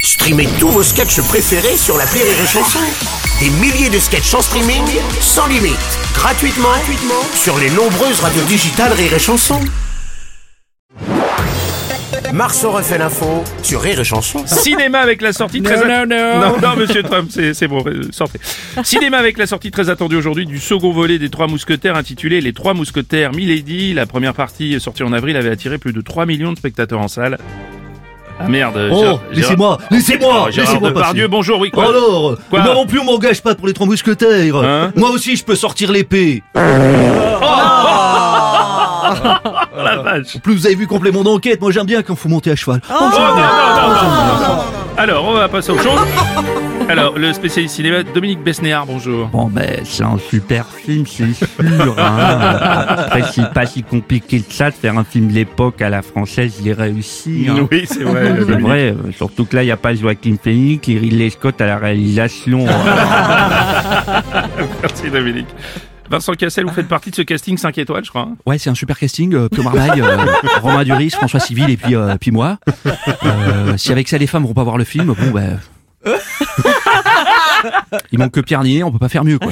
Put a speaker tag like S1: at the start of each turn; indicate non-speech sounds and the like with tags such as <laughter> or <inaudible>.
S1: Streamez tous vos sketchs préférés sur la Rire et Chanson. Des milliers de sketchs en streaming, sans limite, gratuitement, gratuitement sur les nombreuses radios digitales Rire et Chanson. Marceau refait l'info sur Rire et Chanson.
S2: Cinéma avec la sortie très
S3: Non,
S2: at-
S3: non, non.
S2: non non, Monsieur Trump c'est c'est bon euh, sortez. Cinéma avec la sortie très attendue aujourd'hui du second volet des Trois Mousquetaires intitulé Les Trois Mousquetaires Milady. La première partie sortie en avril avait attiré plus de 3 millions de spectateurs en salle. Ah merde.
S4: Oh,
S2: Gérard- Oh,
S4: laissez-moi, laissez-moi,
S2: Gérard
S4: laissez-moi
S2: Depardieu,
S4: passer.
S2: bonjour, oui, quoi
S4: Alors,
S2: Quoi
S4: moi non plus, on m'engage pas pour les trois mousquetaires.
S2: Hein
S4: moi aussi, je peux sortir l'épée.
S2: Oh la vache.
S4: En plus, vous avez vu complément d'enquête. Moi, j'aime bien quand faut monter à cheval.
S2: Oh, non, non, non, non, non. Alors, on va passer à autre chose. Alors, le spécialiste cinéma, Dominique Besnéard, bonjour.
S5: Bon ben c'est un super film, c'est sûr. Hein. Après c'est pas si compliqué que ça de faire un film de l'époque à la française, il est réussi. hein.
S2: Oui, c'est <laughs> vrai.
S5: C'est
S2: Dominique.
S5: vrai, euh, surtout que là il n'y a pas Joaquin Phoenix et Ridley Scott à la réalisation. hein.
S2: Merci Dominique. Vincent Cassel, vous faites partie de ce casting 5 étoiles, je crois. hein
S6: Ouais, c'est un super casting. Euh, Pio Marmaille, euh, Romain Duris, François Civil et puis, euh, puis moi. Euh, si avec ça les femmes vont pas voir le film, bon
S2: <laughs>
S6: bah. Il manque que Pierre Ninet, on peut pas faire mieux quoi.